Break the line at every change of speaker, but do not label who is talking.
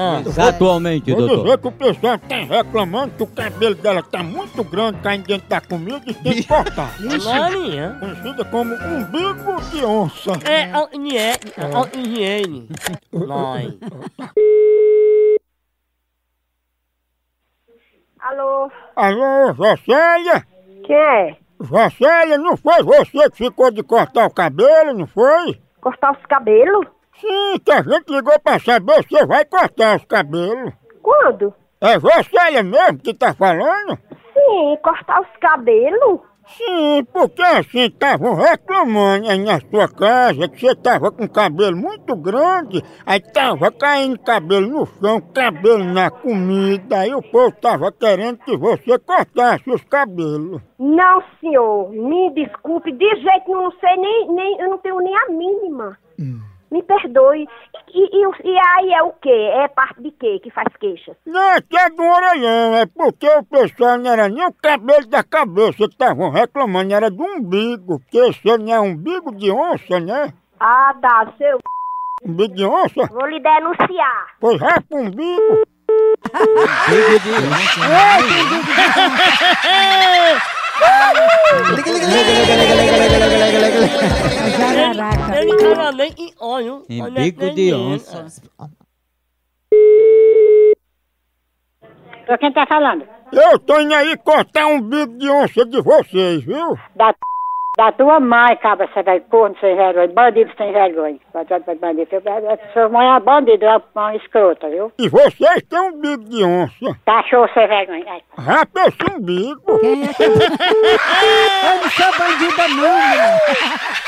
Ah.
Vamos ver-
Atualmente,
Vou
doutor.
dizer que o pessoal tá reclamando que o cabelo dela tá muito grande, caindo dentro da comida e tem que cortar.
Maria.
Conhecida como umbigo de onça.
É a higiene. A higiene. Nós.
Alô,
Alô, Jocélia?
quem é?
Jocélia, não foi você que ficou de cortar o cabelo, não foi?
Cortar os cabelos?
Sim, que a gente ligou pra saber se você vai cortar os cabelos.
Quando?
É Jocélia mesmo que tá falando?
Sim, cortar os cabelos?
Sim, porque assim, estavam reclamando aí na sua casa que você tava com cabelo muito grande, aí tava caindo cabelo no chão, cabelo na comida, aí o povo tava querendo que você cortasse os cabelos.
Não, senhor, me desculpe, de jeito nenhum, não sei nem, nem, eu não tenho nem a mínima. Me perdoe. E, e- e o- e aí é o quê? É parte de quê que faz queixa?
Não, é que é do orelhão, é porque o pessoal não era nem o cabelo da cabeça que estavam reclamando, era do umbigo, porque você não é umbigo de onça, né?
Ah, dá, seu.
Umbigo de onça?
Vou lhe denunciar.
Pois vai pro umbigo.
Ele ele tava nem em óleo.
Em
olha,
bico
nem
de
mesmo.
onça.
Pra quem tá falando?
Eu tô indo aí cortar um bico de onça de vocês, viu?
Da, t- da tua mãe, cabra, você vai corno sem vergonha, bandido sem vergonha. Bandido, bandido. Eu- Sua mãe é bandido, é uma escrota, viu?
E vocês têm um bico de onça.
Cachorro sem vergonha. Ai,
Rapa esse umbigo.
Eu não sou bandida não, meu.